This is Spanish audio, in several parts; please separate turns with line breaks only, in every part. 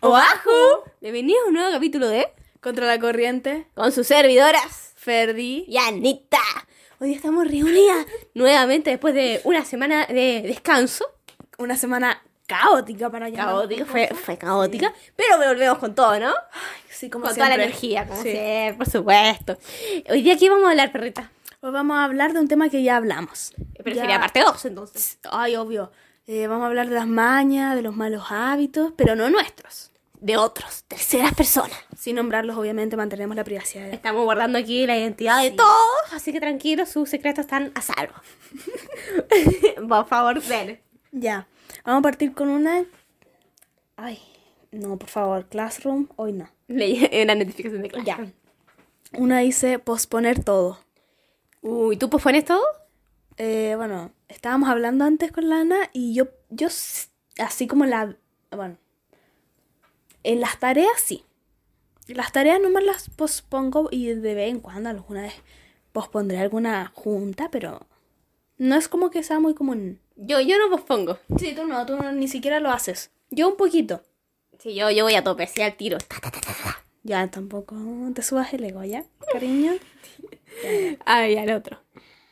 Oahu. Bienvenidos a un nuevo capítulo de
Contra la corriente.
Con sus servidoras
Ferdi.
y Anita. Hoy día estamos reunidas nuevamente después de una semana de descanso.
Una semana caótica para allá.
Caótica, fue, fue caótica, pero volvemos con todo, ¿no?
Sí, como
con toda
siempre.
la energía, como
Sí.
siempre, por supuesto. Hoy día aquí vamos a hablar, perrita.
Hoy vamos a hablar de un tema que ya hablamos.
Eh, Pero
Ya-
sería parte 2, entonces.
Ay, obvio. Eh, vamos a hablar de las mañas, de los malos hábitos, pero no nuestros.
De otros, terceras personas.
Sin nombrarlos, obviamente, mantenemos la privacidad. de-
Estamos guardando aquí la identidad de todos, así que tranquilos, sus secretos están a salvo. Por favor, ven.
Ya. Vamos a partir con una. Ay, no, por favor, Classroom, hoy no.
Leí una notificación de clase.
Ya. Una dice posponer todo.
Uy, ¿tú pospones todo?
Eh, bueno, estábamos hablando antes con Lana y yo, yo, s- así como la, bueno, en las tareas sí. Las tareas nomás las pospongo y de vez en cuando alguna vez pospondré alguna junta, pero no es como que sea muy común.
Yo, yo no pospongo.
Sí, tú no, tú ni siquiera lo haces. Yo un poquito.
Sí, yo, yo voy a tope, sí, al tiro. Ta, ta, ta.
Ya, tampoco te subas el ego, ¿ya? Cariño.
Ay, al otro.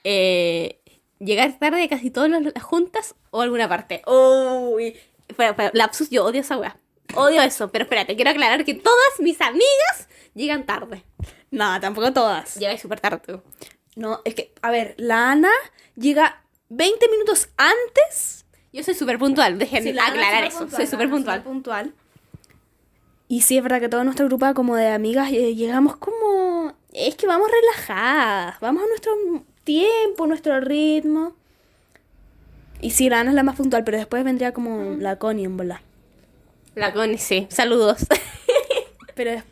Eh, llegar tarde a casi todas las las juntas o alguna parte. Uy, fue- fue lapsus, yo odio esa weá. Odio eso, pero espérate, quiero aclarar que todas mis amigas llegan tarde.
No, tampoco todas.
Llegáis súper tarde. tú.
No, es que, a ver, la Ana llega 20 minutos antes
Yo soy súper puntual, dejen
Sí, la Ana es
aclarar
súper
eso.
puntual,
soy
la
súper
Ana es
puntual.
puntual. Y sí, es verdad que toda nuestra grupa como de amigas eh, llegamos como... Es que vamos relajadas, vamos a nuestro tiempo, nuestro ritmo. Y sí, la Ana es la más puntual, pero después vendría como la Connie en bola.
La Connie, sí. Saludos.
Pero es-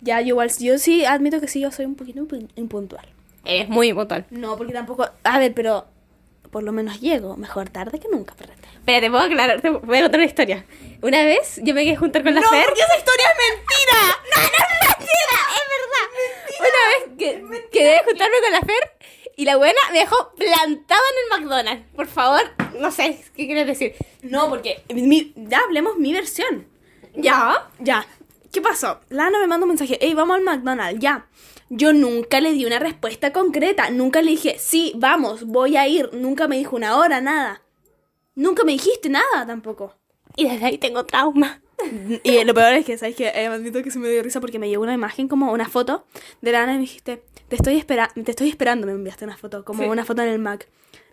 ya yo igual, yo sí admito que sí, yo soy un poquito impu- impuntual.
Eres muy puntual.
No, porque tampoco... A ver, pero por lo menos llego, mejor tarde que nunca, perrete.
Espérate, puedo aclarar, te voy a contar una historia. Una vez yo me quedé a juntar con la
No,
Fer.
porque esa historia es mentira.
¡No, no es mentira! ¡Es verdad! Una vez que, quedé a juntarme con la Fer y la buena me dejó plantada en el McDonald's. Por favor, no sé, ¿qué quieres decir?
No, porque mi- ya hablemos mi versión.
¿Ya?
Ya. ¿Qué pasó? Lana me manda un mensaje. Hey, vamos al McDonald's, ya. Yo nunca le di una respuesta concreta. Nunca le dije, sí, vamos, voy a ir. Nunca me dijo una hora, nada. Nunca me dijiste nada tampoco.
Y desde ahí tengo trauma.
Y eh, lo peor es que, ¿sabes que admito que se me dio risa porque me llegó una imagen, como una foto de Lana y me dijiste, te estoy, espera te estoy esperando. Me enviaste una foto, como
Sí.
una foto en el Mac.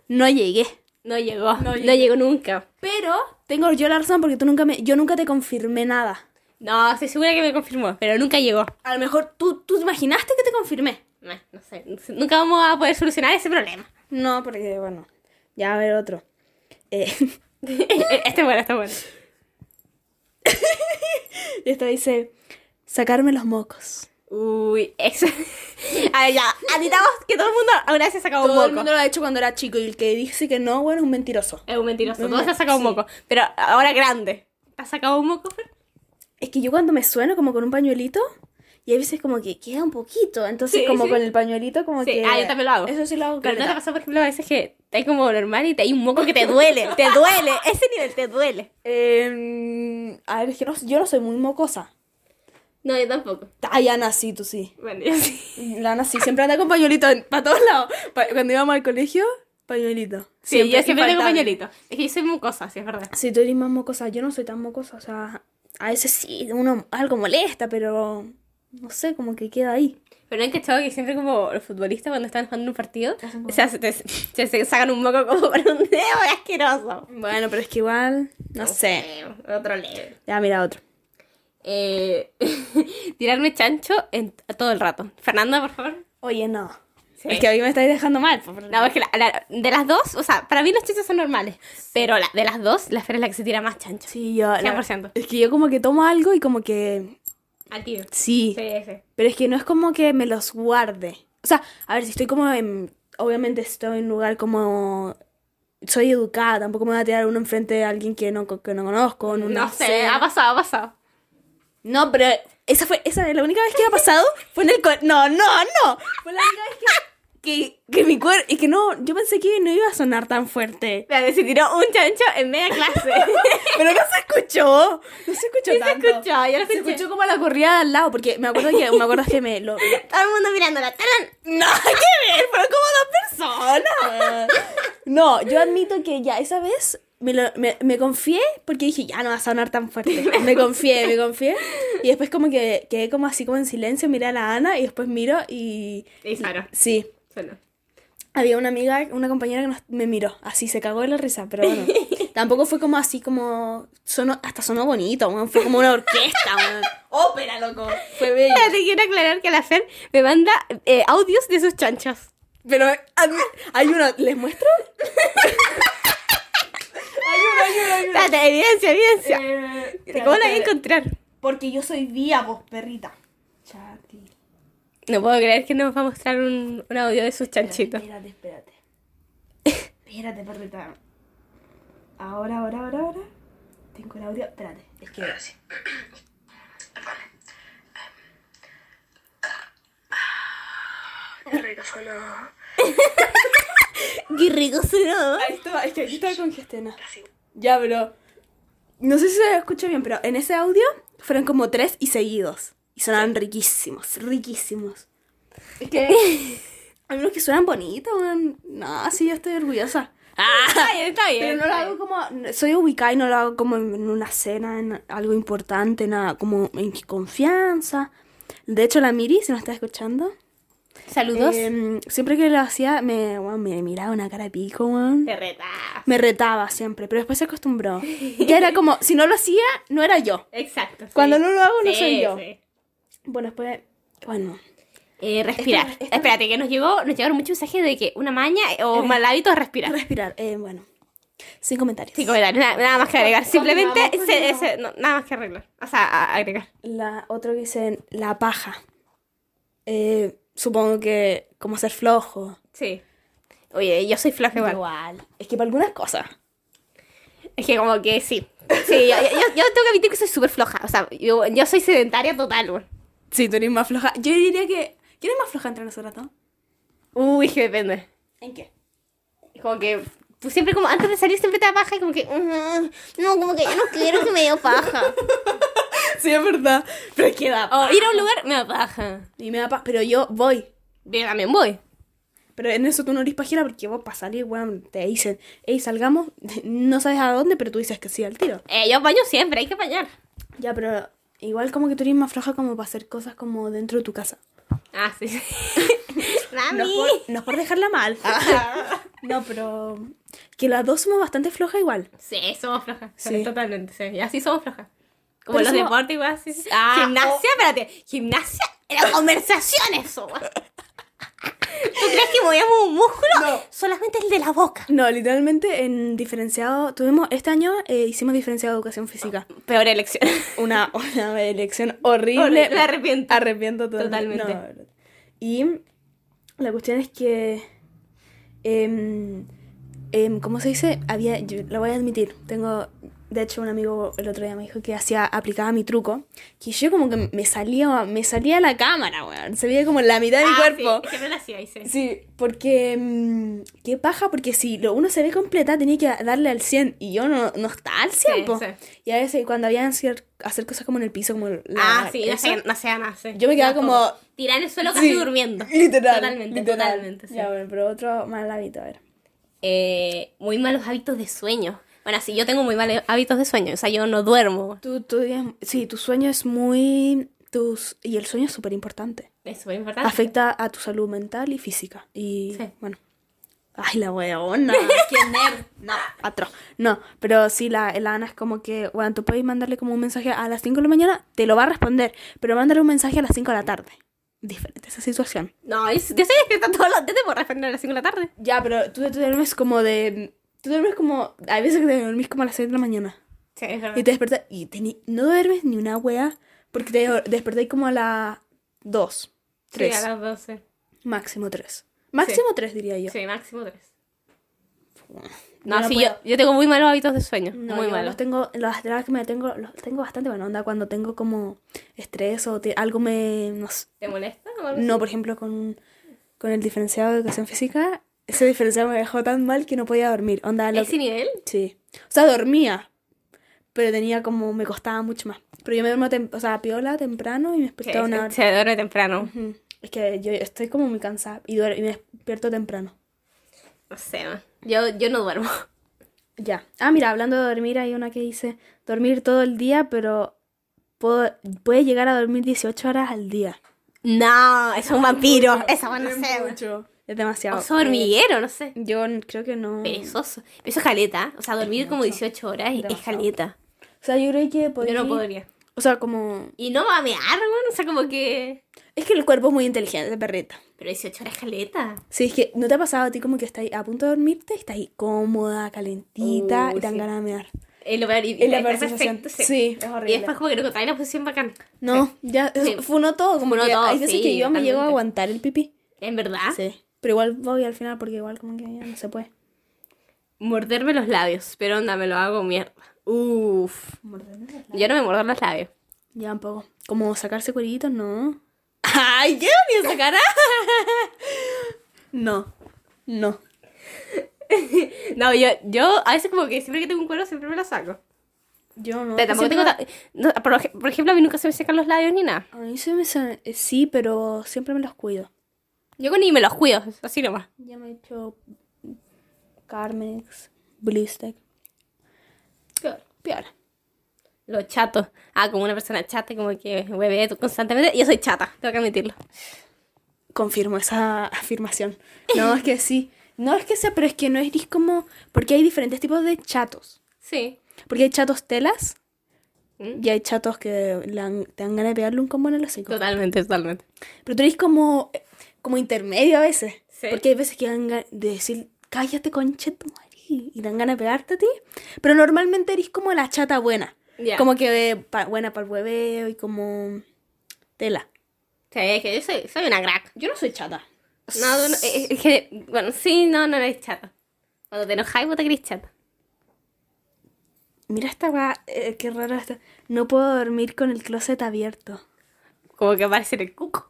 No llegué.
No llegó, no,
llegó.
llegó nunca.
Pero tengo yo la razón porque tú nunca me, yo nunca te confirmé nada.
No, estoy segura que me confirmó, pero nunca llegó.
A lo mejor tú, tú te imaginaste que te confirmé.
No, no sé, no sé, nunca vamos a poder solucionar ese problema.
No, porque bueno, ya va a haber otro. Eh,
este es bueno, este es bueno.
esta dice, sacarme los mocos.
Uy, eso. A ver, ya, admitamos que todo el mundo ahora se ha sacado un
Todo
moco.
el mundo lo ha hecho cuando era chico y el que dice que no, bueno, es un mentiroso.
Es un mentiroso,
No,
todo se ha sacado un moco. Pero ahora grande. ¿Te has sacado un moco, Fer?
Es que yo cuando me sueno como con un pañuelito y a veces como que queda un poquito, entonces
Sí,
como
sí.
con el pañuelito como
Sí,
que...
ah, yo también lo hago.
Eso sí lo hago.
Pero no te
caleta.
pasa, por ejemplo, a veces que hay como normal y te hay un moco que te duele, te duele, ese nivel te duele.
Eh, a ver, es que no- yo no soy muy mocosa.
No, yo tampoco.
Ay, Ana, sí, tú sí.
Bueno, yo sí.
Lana sí, siempre anda con pañuelito para todos lados. Pa- cuando íbamos al colegio, pañuelito.
Sí, yo siempre tengo
infaltable.
pañuelito. Es que yo soy mucosa, sí, es verdad.
Si tú eres más mocosa, yo no soy tan mocosa, o sea, a veces sí, uno algo molesta, pero no sé, como que queda ahí.
Pero no han cachado que siempre como los futbolistas cuando están jugando un partido, o sea, se, te- se- se sacan un moco como por un dedo, es asqueroso.
Bueno, pero es que igual, no sé.
Eh, Otro leve.
Ya, mira otro.
Eh, tirarme chancho en, todo el rato. Fernanda, por favor.
Oye, no.
Sí.
Es que a mí me estáis dejando mal. po.
No, es que la- la- de las dos, o sea, para mí los chanchos son normales. Pero la- de las dos, la Fer es la que se tira más chancho.
Sí, yo... la-
100%.
es que yo como que tomo algo y como que...
Al tiro.
Sí.
Sí, sí.
Pero es que no es como que me los guarde. O sea, a ver, si estoy como en... Obviamente estoy en un lugar como... Soy educada, tampoco me voy a tirar uno enfrente de alguien que no, que no conozco. en una
No sé,
cena.
ha pasado, ha pasado.
No, pero esa fue esa Pues la única vez que me ha pasado fue en el co- no, no, no. Fue la única vez que
que
Que mi cuerpo. Y que no, yo pensé que no iba a sonar tan fuerte.
espérate, se tiró un chancho en media clase.
Pero no se escuchó. No se
Sí
escuchó
se
tanto.
escuchó, yo lo
Se
escuché.
escuchó como la corrida de al lado, porque me acuerdo que me acuerdo que me lo.
Todo el mundo mirándola. ¡Tarán!
No, hay que ver, pero como dos personas. No, yo admito que ya esa vez me, lo- me, me confié porque dije, ya no va a sonar tan fuerte. Me confié, me confié. Y después como que quedé como así como en silencio, miré a la Ana y después miro y...
Y Sara,
Sí,
solo.
había una amiga, una compañera que nos- me miró, así se cagó de la risa, pero bueno. Tampoco fue como así como... Sonó, hasta sonó bonito, weón, fue como una orquesta, weón. Ópera, loco. Fue bello.
Espérate, quiero aclarar que la Fer me manda eh, audios de sus chanchos.
Pero admi- hay uno, ¿les muestro? hay uno, hay uno, hay
Espérate, evidencia, evidencia.
uno.
¿Cómo la voy a encontrar?
Porque yo soy vía, vos, perrita. Chati.
No puedo creer que nos va a mostrar un, un audio de sus chanchitos.
Espérate, espérate. Espérate, perrita. Ahora, ahora, ahora, ahora. Tengo el audio. Espérate, es que.
Qué rico sonó.
¡Qué rico sonó!
Ahí estaba, es que aquí estaba congestionada. Ya, pero. No sé si se escucha bien, pero en ese audio fueron como tres y seguidos. Y sonaban riquísimos, riquísimos. Es que. Hay unos que suenan bonitos, weón. No, sí, yo estoy orgullosa.
Ah, Está bien, está bien.
Pero no lo hago como. Soy ubicada y no lo hago como en una cena, en algo importante, nada. Como en confianza. De hecho, la Miri, si nos está escuchando.
Saludos.
eh, siempre que lo hacía, me, weón, me miraba una cara de pico, weón.
Te retas.
Me retaba siempre, pero después se acostumbró. Ya era como, si no lo hacía, no era yo.
Exacto. sí.
Cuando no lo hago, no
Sí,
soy yo.
sí.
Bueno, después, bueno.
Eh, respirar.
Esta- esta-
Espérate, que nos llegó, nos llegaron muchos mensajes de que una maña
Eh.
o mal hábito es respirar.
Respirar, eh, bueno. Sin comentarios.
Sí, comentarios, nada, nada más que agregar. Simplemente
Continuamos,
ese-
continuamos.
ese- no, nada más que arreglar. O sea, a- agregar.
La otro que dicen, la paja. Eh, supongo que como ser flojo.
Sí. Oye, yo soy floja igual.
Igual. Es que para algunas cosas.
Es que como que sí. Sí, yo, yo- yo- yo tengo que admitir que soy súper floja. O sea, yo, yo soy sedentaria total, weón.
Sí, tú eres más floja. Yo diría que... ¿Quién es más floja entre nosotras, no?
Uy, que depende.
¿En qué?
Como que tú siempre como antes de salir siempre te da paja y como que... "Mm, no, como que yo no quiero que me dé paja.
Sí, es verdad. Pero es que da
O ir a un lugar me da paja.
Y me da paja. Pero yo voy.
Yo también voy.
Pero en eso tú no eres pajera porque vos para salir, weón, te dicen, hey, salgamos, no sabes a dónde, pero tú dices que sí al tiro.
Eh, yo baño siempre, hay que bañar.
Ya, pero igual como que tú eres más floja como para hacer cosas como dentro de tu casa.
Ah, sí.
No es
Mami.
por, no es por dejarla mal. no, pero que las dos somos bastante flojas igual.
Sí, somos flojas.
Sí.
Totalmente, sí. Y así somos flojas. Como
Pero
los
somos-
deportes igual, así.
Ah,
gimnasia, espérate. Gimnasia era conversación eso. weón. ¿Tú crees que movíamos un músculo?
No.
Solamente el de la boca.
No, literalmente en diferenciado, tuvimos, este año eh, hicimos diferenciado de educación física.
Peor elección.
Una, una elección horrible.
Horrible, me arrepiento.
Arrepiento totalmente.
Totalmente.
No, y la cuestión es que. em, em, ¿Cómo se dice? Había, yo lo voy a admitir. Tengo. De hecho, un amigo el otro día me dijo que hacía, aplicaba mi truco. Que yo como que me salía, me salía la cámara, weón. Se veía como la mitad de mi cuerpo.
Ah, Sí, es que me la hacía, hice.
Sí, porque. em, qué paja, porque si lo uno se ve completa, tenía que darle al 100. Y yo no, no estaba al 100,
Sí,
po.
sí.
Y a veces cuando habían hacer, hacer cosas como en el piso, como la,
Ah, sí, no
eso,
hacía, no hacía nada. sí.
Yo me quedaba
No,
como-
Tirada en el suelo casi
Sí,
durmiendo.
Literal.
Totalmente,
literal.
totalmente. sí.
Ya, bueno, pero otro mal hábito, a ver.
Eh, muy malos hábitos de sueño. Bueno, sí, yo tengo muy malos hábitos de sueño. O sea, yo no duermo.
Tú, tú, dirías- sí, tu sueño es muy... Tus, y el sueño es súper importante.
Es súper importante.
Afecta a tu salud mental y física. Y
Sí.
bueno. Ay, la weona. Qué nerd. No. Atroz. No, pero sí, la, la Ana es como que, bueno, tú puedes mandarle como un mensaje a las 5 de la mañana, te lo va a responder, pero mándale un mensaje a las 5 de la tarde. Diferente esa situación.
No, es- yo estoy despierta todos los días por responder a las 5 de la tarde.
Ya, pero tú, tú duermes como de... Tú duermes como... Hay veces que te dormís como a las 6 de la mañana.
Sí, es verdad.
Y te despertas y te ni- no duermes ni una wea porque te despertáis como a las 2, 3,
Sí, a las 12.
máximo 3. Máximo 3 diría yo.
Sí, máximo 3.
No,
No, sí,
puedo.
yo, yo tengo muy malos hábitos de sueño.
No,
muy
yo
malos.
Los tengo, las dragas que me tengo, los tengo bastante buena onda cuando tengo como estrés o te- algo me... No, sé.
¿Te molesta? o algo así?
No, por ejemplo, con, con el diferenciado de educación física, ese diferenciado me dejó tan mal que no podía dormir. Onda, lo-
¿Ese nivel?
Sí. O sea, dormía. Pero tenía como, me costaba mucho más. Pero yo me duermo, tem- o sea, piola temprano y me
Se,
despertaba una hora.
se duerme temprano.
Ujú. Es que yo estoy como muy cansada y, duer- y me despierto temprano.
No sé, man. yo, yo no duermo.
Ya. Ah, mira, hablando de dormir, hay una que dice dormir todo el día, pero puedo, puede llegar a dormir 18 horas al día.
No, es un vampiro. Esa va no sé. man.
Es demasiado. Eh,
Oso hormiguero, no sé.
Yo n- creo que
Mm.
no.
Perezoso. Pero eso es jaleta. O sea, dormir como 18 horas es- es
Demasiado.
jaleta.
O sea, yo creo que
Yo
podría.
no podría.
O sea, como.
Y no mamear, weón. O sea, como que.
Es que el cuerpo es muy inteligente, perrita.
Pero 18 horas es jaleta.
Sí, es que no te ha pasado a ti como que estás ahí a punto de dormirte y estás ahí cómoda, calentita
Uh,
y te dan
sí.
ganas de mear.
Es lo peor. Y,
Es la
y-
peor
ese
sensación.
efecto, sí.
Sí, es horrible.
Y después, como que no encontráis la posición bacán.
No, ya,
Sí.
funó todo. Como
Funó
que
todo,
hay veces
sí,
que yo me llego a
totalmente.
aguantar el pipí.
En verdad.
Sí. Ah, Pero igual voy al final porque igual como que ya no se puede.
Morderme los labios. Pero onda, me lo hago mierda. Uff. Yo no me muerdo los labios.
Ya un poco. Como sacarse cuellitos, no.
¡Ay, yo ni esa cara!
No. No.
No, yo, yo a veces como que siempre que tengo un cuero siempre me lo saco.
Yo no.
Pero tampoco tengo...
Siempre-
ta- no, por, ej- por ejemplo, a mí nunca se me secan los labios ni nada.
A mí se me sa- eh, Sí, pero siempre me los cuido.
Yo con- ni me los cuido, así nomás.
Ya me he hecho Carmex, Blistex. Peor.
Los chatos. Ah, como una persona chata, como que hueve constantemente. Yo soy chata, tengo que admitirlo.
Confirmo esa afirmación. No, es que sí. No es que sea, pero es que no es como... Porque hay diferentes tipos de chatos.
Sí.
Porque hay chatos telas
Mm.
y hay chatos que le dan- te dan ganas de pegarle un combo en el hocico.
Totalmente, totalmente.
Pero tú eres como, como intermedio a veces.
Sí.
Porque hay veces que dan ganas de decir, cállate conche tu madre", y dan ganas de pegarte a ti. Pero normalmente eres como la chata buena.
Ya.
Como que eh, pa- buena para el hueveo y como tela.
Sí, es que yo soy, soy una crack.
Yo no soy chata.
No, no, es es que... Bueno, sí, no, no eres chata. Cuando te enojas, vos te crees chata.
Mira esta weá, eh, qué raro esta. No puedo dormir con el closet abierto.
Como que aparece en el cuco.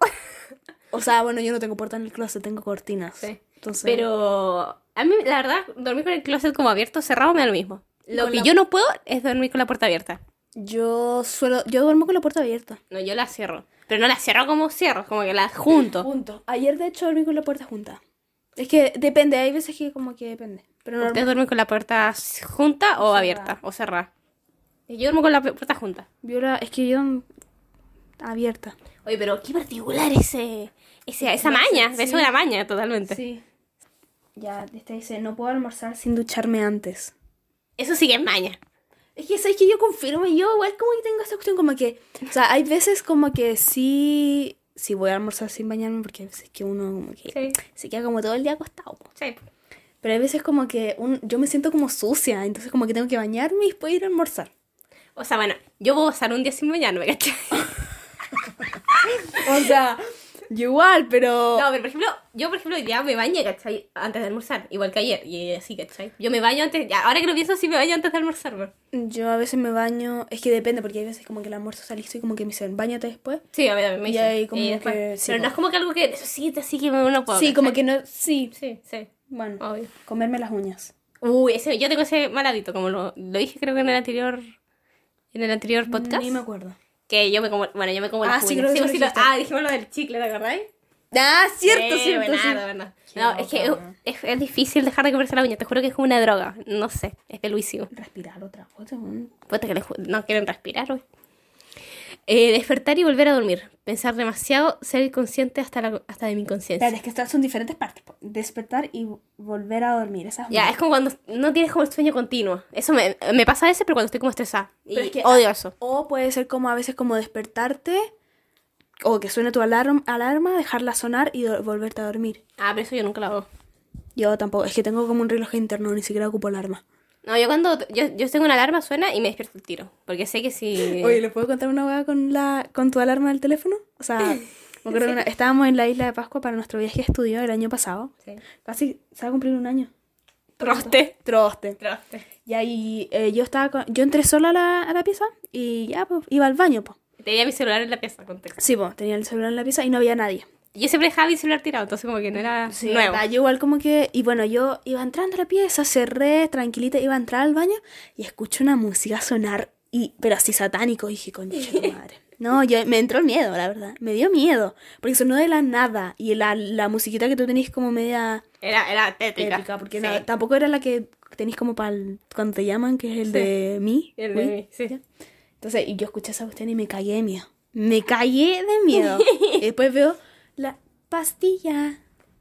O sea, bueno, yo no tengo puerta en el closet, tengo cortinas.
Sí.
Entonces,
Pero a mí, la verdad, dormir con el closet como abierto o cerrado me da lo mismo. Lo
Con
que
la-
yo no puedo es dormir con la puerta abierta.
yo suelo, yo duermo con la puerta abierta.
No, yo la cierro. Pero no la cierro como cierro, como que la junto.
Punto. Ayer de hecho dormí con la puerta junta. Es que depende, hay veces que como que depende. Pero normal-
¿Usted duerme con la puerta junta o abierta o cerrada? Yo duermo con la pu- puerta junta.
Viola, es que yo abierta.
Oye, pero qué particular ese, ese esa maña. Eso
sí.
es una maña, totalmente.
Sí. Ya, esta dice, no puedo almorzar sin ducharme antes.
Eso sí que es maña.
Es que sabes que yo confirmo, yo igual como que tengo esa cuestión como que, o sea, hay veces como que sí, sí voy a almorzar sin bañarme porque hay veces que uno como que
Sí.
se queda como todo el día acostado. po.
Sí.
Pero hay veces como que un- yo me siento como sucia, entonces como que tengo que bañarme y después ir a almorzar.
O sea, bueno, yo puedo pasar un día sin bañarme, ¿cachai?
O sea, yo igual, pero...
No, pero por ejemplo, yo por ejemplo ya me bañé, ¿cachai? Antes de almorzar, igual que ayer, y así, ¿cachai? Yo me baño antes, ya, ahora que lo pienso, sí me baño antes de almorzar, weón.
Yo a veces me baño, es que depende, porque hay veces como que el almuerzo está listo y como que me dicen, bañate después.
Sí, a mí también me
Y
hizo.
ahí como
después-
que- sí,
pero no
como-
es como que algo que necesite, así que uno puede.
sí, como que no, sí,
Sí, sí.
bueno,
Obvio.
comerme las uñas.
Uy, ese, yo tengo ese mal hábito, como lo, lo dije creo que en el anterior. En el anterior podcast.
Ni me acuerdo.
Que yo me como. Bueno, yo me como
Ah,
las
sí,
uñas.
creo que eso lo
lo-
dijiste.
Ah, dijimos lo del chicle, ¿te acordáis?
Ah, cierto,
Eh,
cierto,
buenardo,
sí.
buenardo.
Qué
No, es que
loca.
es, es difícil dejar de comerse la uña, te juro que es como una droga. No sé, es peluísimo.
Respirar otra cosa, mm.
Puta que les ju- no quieren respirar hoy. Eh, despertar y volver a dormir. Pensar demasiado, ser consciente hasta, la- hasta de mi inconsciencia.
Espérate, es que estas son diferentes partes. po. Despertar y vo- volver a dormir, esas
Ya, es como cuando no tienes como el sueño continuo. Eso me, me pasa a veces, pero cuando estoy como estresada. Y
Pero es que- ah.
odio eso.
O puede ser como a veces como despertarte o que suene tu alarm- alarma, dejarla sonar y do- volverte a dormir.
Ah, pero eso yo nunca lo hago.
Yo tampoco, es que tengo como un reloj interno, ni siquiera ocupo alarma.
No, yo cuando... Yo, yo tengo una alarma, suena y me despierto el tiro. Porque sé que si...
Oye, ¿les puedo contar una hueá con, la, con tu alarma del teléfono? O sea, me acuerdo que una- estábamos en la isla de Pascua para nuestro viaje de estudio el año pasado.
Sí.
Casi se va a cumplir un año.
Troste.
Troste.
Troste.
Y ahí eh, yo estaba con- yo entré sola a la, a la pieza y ya pues, iba al baño. pues.
Tenía mi celular en la pieza, contexto.
Sí, pues, tenía el celular en la pieza y no había nadie.
Yo siempre dejaba mi celular tirado, entonces como que no era
Sí,
nuevo.
verdad, Yo igual como que, y bueno, yo iba entrando a la pieza, cerré, tranquilita, iba a entrar al baño y escuché una música sonar, y, pero así satánico, y dije, concha tu madre. No, yo, me entró el miedo, la verdad, me dio miedo, porque sonó de la nada, y la, la musiquita que tú tenés como media
Era, era tétrica.
épica, porque
Sí.
no- tampoco era la que tenés como para cuando te llaman, que es el
Sí.
de mí.
El de
Uy.
mí, sí.
Entonces, y yo escuché esa cuestión y me cagué de miedo. Me cagué de miedo. y después veo la pastilla.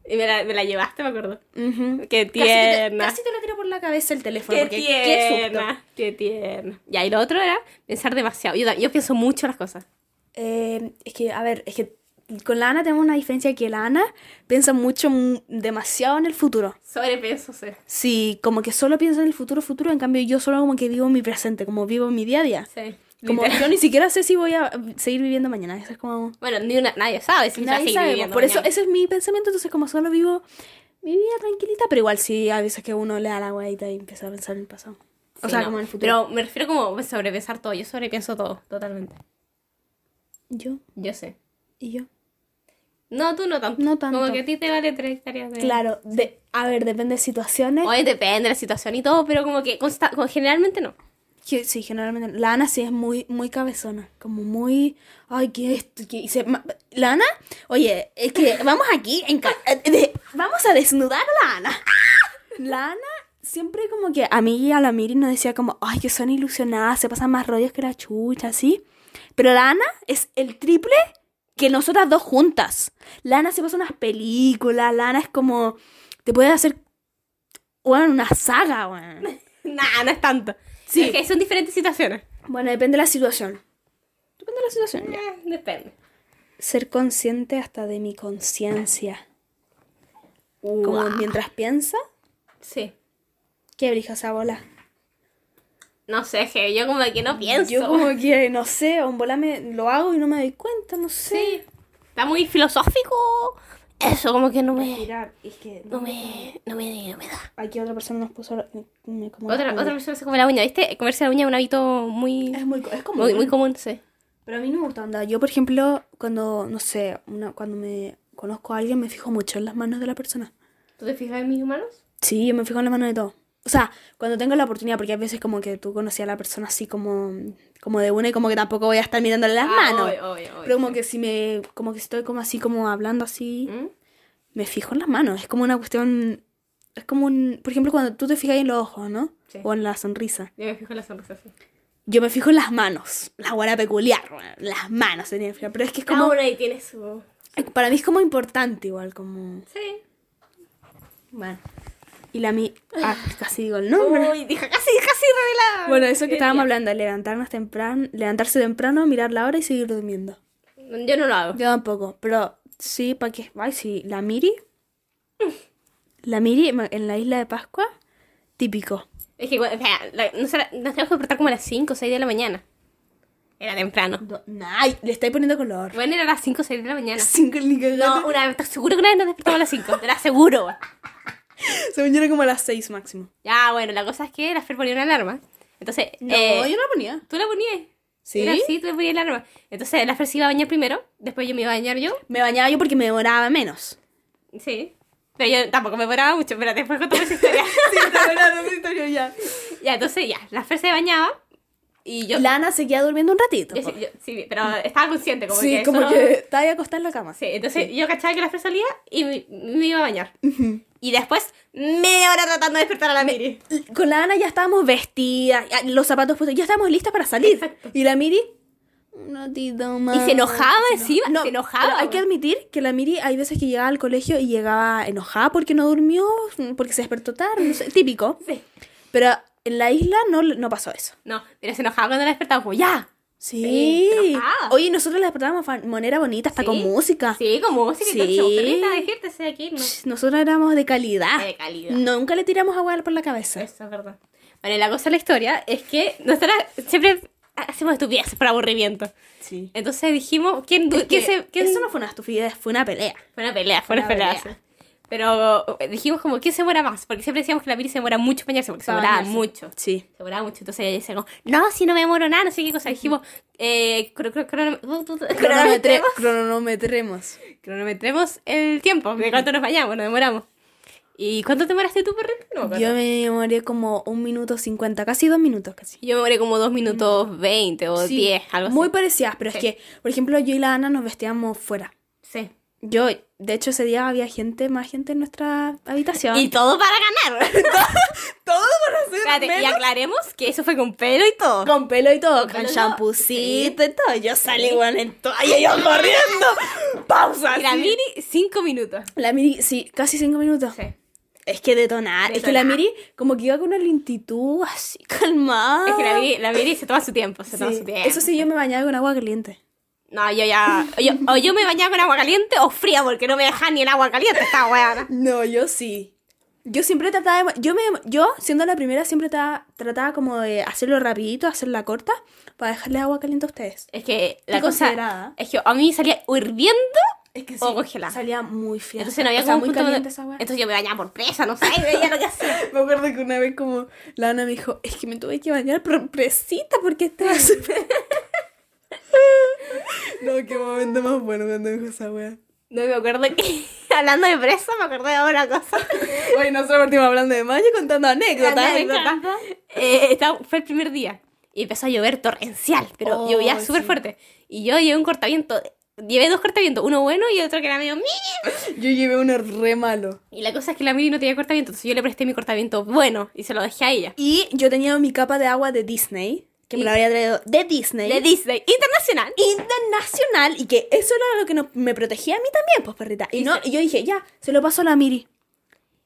Y me la, me la llevaste, me acuerdo.
Ujú.
Qué
Casi te-
tierna.
Casi te, lo tiro por la cabeza el teléfono.
Qué
porque qué susto.
tierna. Qué tierna. Ya, y lo otro era pensar demasiado. Yo, ta- yo pienso mucho las cosas.
Eh, es que, a ver, es que con la Ana tenemos una diferencia que la Ana piensa mucho, mu- demasiado en el futuro.
Sobrepienso, sí.
Sí, como que solo pienso en el futuro, futuro. En cambio, yo solo como que vivo mi presente, como vivo mi día a día.
Sí.
Como
Literal.
yo ni siquiera sé si voy a seguir viviendo mañana. Eso es como...
Bueno, ni una- nadie sabe si se va a
Nadie
seguir
sabe,
viviendo
por eso
mañana.
ese es mi pensamiento, entonces como solo vivo mi vida tranquilita, pero igual sí, a veces que uno le da la huevita y empieza a pensar en el pasado. O
Sí,
sea,
no.
como en el futuro.
Pero me refiero como sobrepensar todo. Yo sobrepienso todo, totalmente.
Yo
Yo sé.
y yo.
No, tú no tanto.
No tanto.
Como que a ti te vale tres hectáreas de...
Claro, de, a ver, depende de situaciones.
Oye, depende de la situación y todo, pero como que consta- como generalmente no.
Que- Sí, generalmente. La Ana sí es muy, muy cabezona. Como muy. Ay, ¿qué es esto? ¿Qué hice? Ma- La Ana, oye, es que vamos aquí. En ca- eh, de- vamos a desnudar a la Ana. La Ana siempre como que a mí y a la Miri nos decía como, ay, que son ilusionadas, se pasan más rollos que la chucha, así. Pero la Ana es el triple que nosotras dos juntas. La Ana se pasa unas películas, la Ana es como. Te puede hacer. Bueno, una saga, bueno.
Nah, no es tanto.
Sí.
Es que son diferentes situaciones.
Bueno, depende de la situación. Depende de la situación.
Eh, depende.
Ser consciente hasta de mi conciencia. Como
Guau.
mientras piensa,
Sí.
que brija esa bola.
No sé, es que yo como que no pienso.
Yo como que, no sé, un bola me, lo hago y no me doy cuenta, no sé.
Sí. Está muy filosófico. Eso como que no me...
Mirar, es que
No me... No me, no me da.
aquí otra persona nos puso... la- me como la
Otra,
uña.
otra persona se come la uña, ¿viste? Comerse la uña es un hábito muy...
Es muy, co- es como...
Muy, muy común, sí.
Pero a mí no me gusta onda. Yo, por ejemplo, cuando, no sé, una, cuando me conozco a alguien, me fijo mucho en las manos de la persona.
¿Tú te fijas en mis humanos?
Sí, yo me fijo en la mano de todo. O sea, cuando tengo la oportunidad, porque a veces como que tú conocías a la persona así como, como de una y como que tampoco voy a estar mirándole
Ah,
las manos. Pero como que si me, como que estoy como así como hablando así,
Mm.
me fijo en las manos. Es como una cuestión, es como un, por ejemplo, cuando tú te fijas en los ojos, ¿no?
Sí.
O en la sonrisa.
Yo me fijo en la sonrisa, sí.
Yo me fijo en las manos, la guara peculiar, weón, las manos tenía que fijar. Pero es que es
Cada
como,
uno ahí tiene su...
para mí es como importante igual, como,
Sí.
bueno. Y la mi, ah, casi digo el nombre.
Uy, dije casi, casi revelada.
Bueno, eso que estábamos hablando, levantarnos temprano, levantarse temprano, mirar la hora y seguir durmiendo.
hablando. Eh, Yo no lo hago.
Yo tampoco, pero sí, ¿para qué? Ay, sí, la Miri. La Miri ma- en la isla de Pascua, típico.
Es que, bueno, espera, la- nos, nos tenemos que despertar como a las 5 o 6 de la mañana. Era temprano.
Ay, le estáis poniendo color.
Bueno, era a las 5 o 6 de la mañana.
Cinco ni
No,
cagando.
una vez, ¿estás seguro que una vez nos despertamos a las 5? Te lo aseguro.
Según yo era como a las seis máximo.
Ya, bueno, la cosa es que la Fer ponía una alarma. Entonces, eh,
no la ponía.
tú la ponías.
¿Sí?
Era así, tú le ponías la alarma. Entonces, la Fer se iba a bañar primero, después yo me iba a bañar yo.
Me bañaba yo porque me demoraba menos.
Sí. Pero yo tampoco me demoraba mucho, pero después contamos esa historia.
ya.
ya, entonces ya, la Fer se bañaba y yo...
Lana se queda durmiendo un ratito.
yo-
po.
yo- sí, pero estaba consciente como
sí,
que...
como
solo-
que estaba ahí acostada en la cama.
Sí, entonces yo cachaba que la Fer salía y me, me iba a bañar. Y después, media hora tratando de despertar a la Miri.
con la Ana ya estábamos vestidas, ya- los zapatos puestos, ya estábamos listas para salir. Y la Miri. Un ratito más.
Y se enojaba encima, se enojaba,
pero Hay
güey.
que admitir que la Miri hay veces que llegaba al colegio y llegaba enojada porque no durmió, porque se despertó tarde, no sé, típico.
Sí.
Pero en la isla no, no pasó eso.
No, pero se enojaba cuando la despertaba, como ya.
Sí.
se enojaba.
Oye, nosotros la despertábamos de manera bonita, hasta
Sí.
con música.
Sí, como música
Sí.
sí. entonces, como, perrita, despiértese de aquí. ¿no? Eso
Nosotros éramos de calidad.
De calidad.
Nunca le tiramos agua por la cabeza.
es verdad. Bueno, y la cosa de la historia es que nosotras siempre hacemos estupideces por aburrimiento.
Sí.
Entonces dijimos, ¿quién, du- quién se, quién-
Eso no fue una estupidez, fue una pelea.
Fue una pelea, fue una,
Una
pelea.
pelea.
Pero eh, dijimos como, ¿quién se muera más? Porque siempre decíamos que la Miri se muera mucho en bañarse, porque se
Para
moraba
bañarse.
mucho.
Sí.
Se moraba mucho. Entonces ella decía como, no, si no me muero nada, no sé qué cosa. Dijimos, eh, cro- cro- crono-
Cronometre-
cronometremos.
cronometremos.
Cronometremos el tiempo, de cuánto nos bañamos, nos demoramos. ¿Y cuánto te demoraste tú, perrito? No me acuerdo.
Yo me demoré como un minuto cincuenta, casi dos minutos casi.
Yo me moré como 2 minutos 20 o
Sí,
10, algo así.
Muy parecidas, pero
Sí.
es que, por ejemplo, yo y la Ana nos vestíamos fuera.
Sí.
Yo, de hecho, ese día había gente, más gente en nuestra habitación.
Y todo para ganar.
todo por hacer
Espérate, y aclaremos que eso fue con pelo y todo.
Con pelo y todo,
pelo
con
y todo.
champucito y todo. Yo salí igual en toalla y yo corriendo. Pausa.
Y la
sí.
mini, 5 minutos.
La Miri, sí, casi cinco minutos.
Sí.
Es que detonar. Es que la
Detonar.
Miri como que iba con una lentitud así calmada.
Es que la mini, la Miri se toma su tiempo, se
Ah. Sí.
toma su tiempo.
Eso sí, yo me bañaba con agua caliente.
No, yo ya. yo- o yo me bañaba con agua caliente o fría, porque no me dejaba ni el agua caliente esta weá.
No, yo sí. Yo siempre trataba de... Yo, me, yo siendo la primera, siempre tra- trataba como de hacerlo rapidito, hacerla corta, para dejarle agua caliente a ustedes.
Es que la
Qué
cosa.
considerada.
Es que a mí salía hirviendo.
Es que
sí, O congelada.
Salía muy fría.
Entonces no había
O sea,
como un
muy
punto donde-
caliente esa agua.
Entonces yo me bañaba por presa, no sé, veía lo que hacía.
Me acuerdo que una vez como la Ana me dijo, es que me tuve que bañar por presita porque estaba súper... no, qué momento más bueno cuando dijo esa wea.
No me acuerdo que. Hablando de presa, me acordé de otra cosa.
Oye, nosotros partimos hablando de mayo contando anécdotas.
Me encanta. Eh, estaba- fue el primer día y empezó a llover torrencial, pero
Oh,
llovía súper
sí.
fuerte. Y yo llevé un cortaviento, llevé dos cortavientos, uno bueno y otro que era medio mini.
Yo llevé uno re malo.
Y la cosa es que la mini no tenía cortaviento, entonces yo le presté mi cortaviento bueno y se lo dejé a ella.
Y yo tenía mi capa de agua de Disney, que me
Y-
la había traído de Disney.
De Disney Internacional.
internacional y que eso era lo que no- me protegía a mí también, pues perrita. Y,
Y
no,
se-
y yo dije, ya, se lo paso a la Miri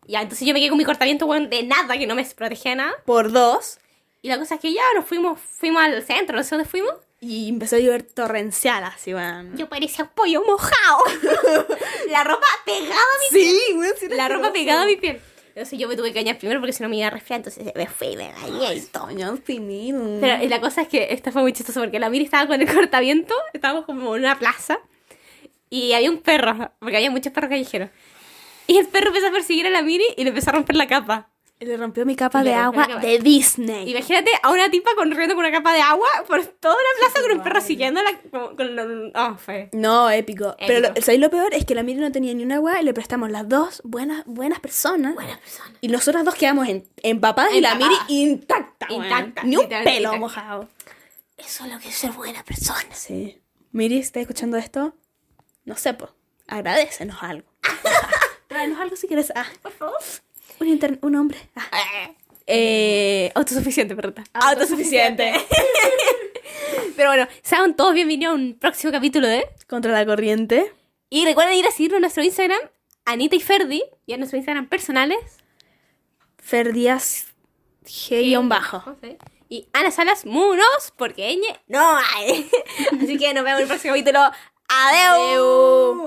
Ya, entonces yo me quedé con mi cortaviento bueno de nada, que no me protegía de nada.
por dos.
Y la cosa es que ya nos fuimos, fuimos al centro, no sé dónde fuimos.
Y empezó a llover torrencial así, weón.
Yo parecía un pollo mojado. la ropa pegada a mi
Sí, weón, sí, era
La ropa
asqueroso.
pegada a mi piel. Entonces yo me tuve que bañar primero porque si no me iba a resfriar, entonces me fui y me bañé y todo.
Coño, finito.
Pero eh, la cosa es que esta fue muy chistosa porque la Miri estaba con el cortaviento, estábamos como en una plaza y había un perro, porque había muchos perros callejeros. Y el perro empezó a perseguir a la Miri y le empezó a romper la capa.
le rompió mi capa
Le
de
rompió la
agua
capa.
de Disney.
Imagínate a una tipa corriendo con una capa de agua por toda la plaza con un perro siguiéndola. Con, con, lo- oh, fue.
No, épico. Pero lo,
Épico.
¿sabéis lo peor? Es que la Miri no tenía ni una agua y le prestamos las dos buenas, buenas personas.
Buena persona.
Y nosotras dos quedamos en, empapadas y la Miri
Empapadas.
intacta. weón.
Intacta,
Ni un
literalmente
pelo
intacta.
mojado.
Eso es lo que es ser buena persona.
Sí. Miri, si estás escuchando esto, no sé, pues, agradecenos algo. Tráenos algo si quieres. Ah,
Por favor.
un, inter- un hombre. Ah.
Eh, autosuficiente, perdón.
Autosuficiente.
Pero bueno, sean todos bienvenidos a un próximo capítulo de.
Contra la corriente.
Y recuerden ir a seguirnos en nuestro Instagram, Anita y Ferdi, y a nuestro Instagram personales.
Fer Díaz, G-bajo. bajo.
José. Y Ana Salas Munos, porque ñ no hay. Así que nos vemos en el próximo capítulo. Adeu.